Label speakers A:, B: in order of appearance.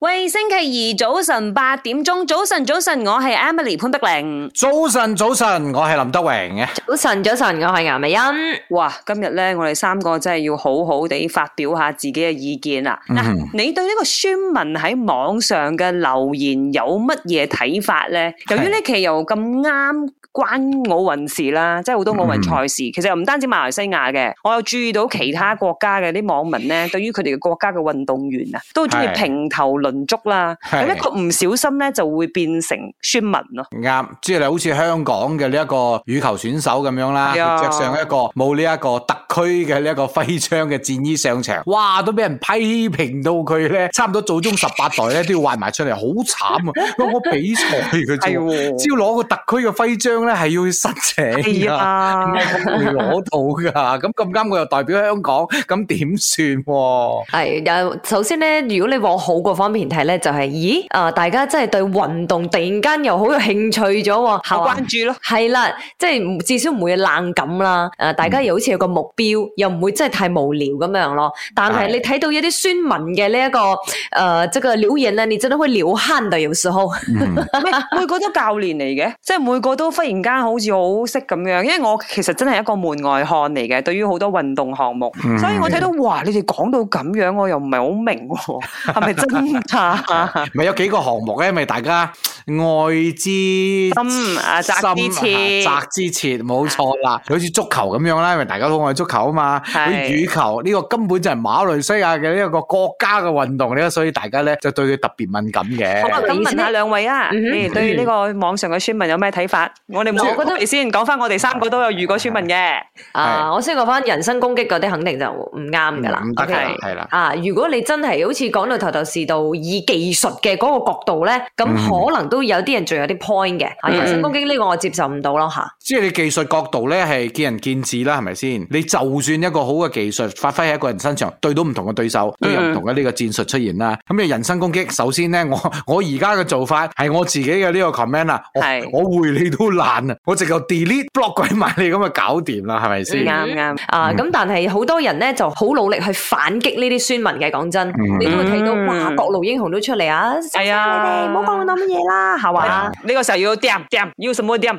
A: 喂，星期二早晨八點鐘，早晨早晨，我係 Emily 潘碧玲。
B: 早晨，早晨，我係林德榮嘅。
C: 早晨，早晨，我係顏美欣。
A: 哇，今日咧，我哋三個真係要好好地發表下自己嘅意見啦。嗱、
B: 嗯
A: 你對呢個宣文喺網上嘅留言有乜嘢睇法咧？由於呢期又咁啱關奧運事啦，即係好多奧運賽事，其實又唔單止馬來西亞嘅，我有注意到其他國家嘅啲網民咧，對於佢哋嘅國家嘅運動員啊，都好中意
B: 係
A: 評頭論足啦。
B: 係
A: 咁一個唔小心咧，就會變成宣文咯。
B: 啱，即係你好似香港嘅呢一個羽球選手咁樣啦，
A: 係啊
B: 佢着上一個冇呢一個特區嘅呢一個徽章嘅戰衣上場，哇，都俾人批評到佢咧，差唔多祖宗十八代咧都要挖埋出嚟，好慘啊！我我比賽嘅啫
A: 係
B: 喎，
A: 喎
B: 只要攞個特區嘅徽章咧，係要去申請
A: 係
B: 㗎。
A: 啊
B: 唔，係咁會攞到噶，咁咁啱我又代表香港，咁點算喎？
C: 係有首先咧，如果你往好嗰方面睇咧，就係、咦啊、大家真係對運動突然間又好有興趣咗喎，
A: 我
C: 係嘛
A: 關注咯。
C: 係啦，即係至少唔會冷感啦。誒、大家又好似有個目標，又唔會真係太無聊咁樣咯。但係
B: 係
C: 你睇到一啲宣文嘅呢一個誒、呃，這個留言咧，你真的會流汗的，有時候。
A: 嗯每個都教練嚟嘅， 即係每個都忽然間好似好識咁樣。因為我其實真係一個門外漢嚟嘅，對於好多運動項目，
B: 嗯
A: 所以我睇到哇，你哋講到咁樣，我又唔係好明喎， 係咪真啊㗎？
B: 咪有幾個項目咧，咪大家愛之
A: 心啊責之切啊
B: 心啊責之切，冇錯啦。好似足球咁樣啦，因為大家都愛足球啊嘛。好似羽球呢個根本就係馬來西亞嘅呢一個國家嘅運動咧，所以大家咧就對佢特別敏感
A: 好啊，
B: 嘅。
A: 咁問下兩位啊，
C: 嗯哼
A: 你哋對呢個網上嘅宣文有咩睇法？我哋冇
C: 我覺得
A: 我哋先講翻，我哋三個都有遇過宣文嘅，
C: 啊，我先講翻人身攻擊嗰啲，肯定就唔啱噶啦。
B: 嗯唔得
C: OK
B: 㗎，係啦。
C: 啊！如果你真係好似講到頭頭是道，以技術嘅嗰個角度咧，咁
B: 嗯
C: 可能都有啲人仲有啲 point 嘅。啊，
A: 嗯
C: 人身攻擊呢個我接受唔到咯吓。
B: 即係你技術角度咧係見仁見智啦，係咪先？你就算一個好嘅技術發揮喺一個人身上，對到唔同嘅對手，都有唔同嘅呢個戰術出現啦。咁你人身攻擊，首先咧，我 我而家嘅做法係我自己嘅呢個 comment 啦，我
A: 係
B: 我回你都爛啊，我直頭 delete block 鬼埋你咁啊，搞掂啦，係咪先？
A: 啱啱。
C: 啊，
B: 嗯
C: 咁但係好多人咧就好努力去反擊呢啲宣文嘅，講真，
B: 嗯
C: 你都會睇到
A: 嗯
C: 哇，各路英雄都出嚟啊！
A: 係啊
C: 你哋唔好講咁多乜嘢啦，係嘛？
A: 呢個時候要掂掂，要什麼掂？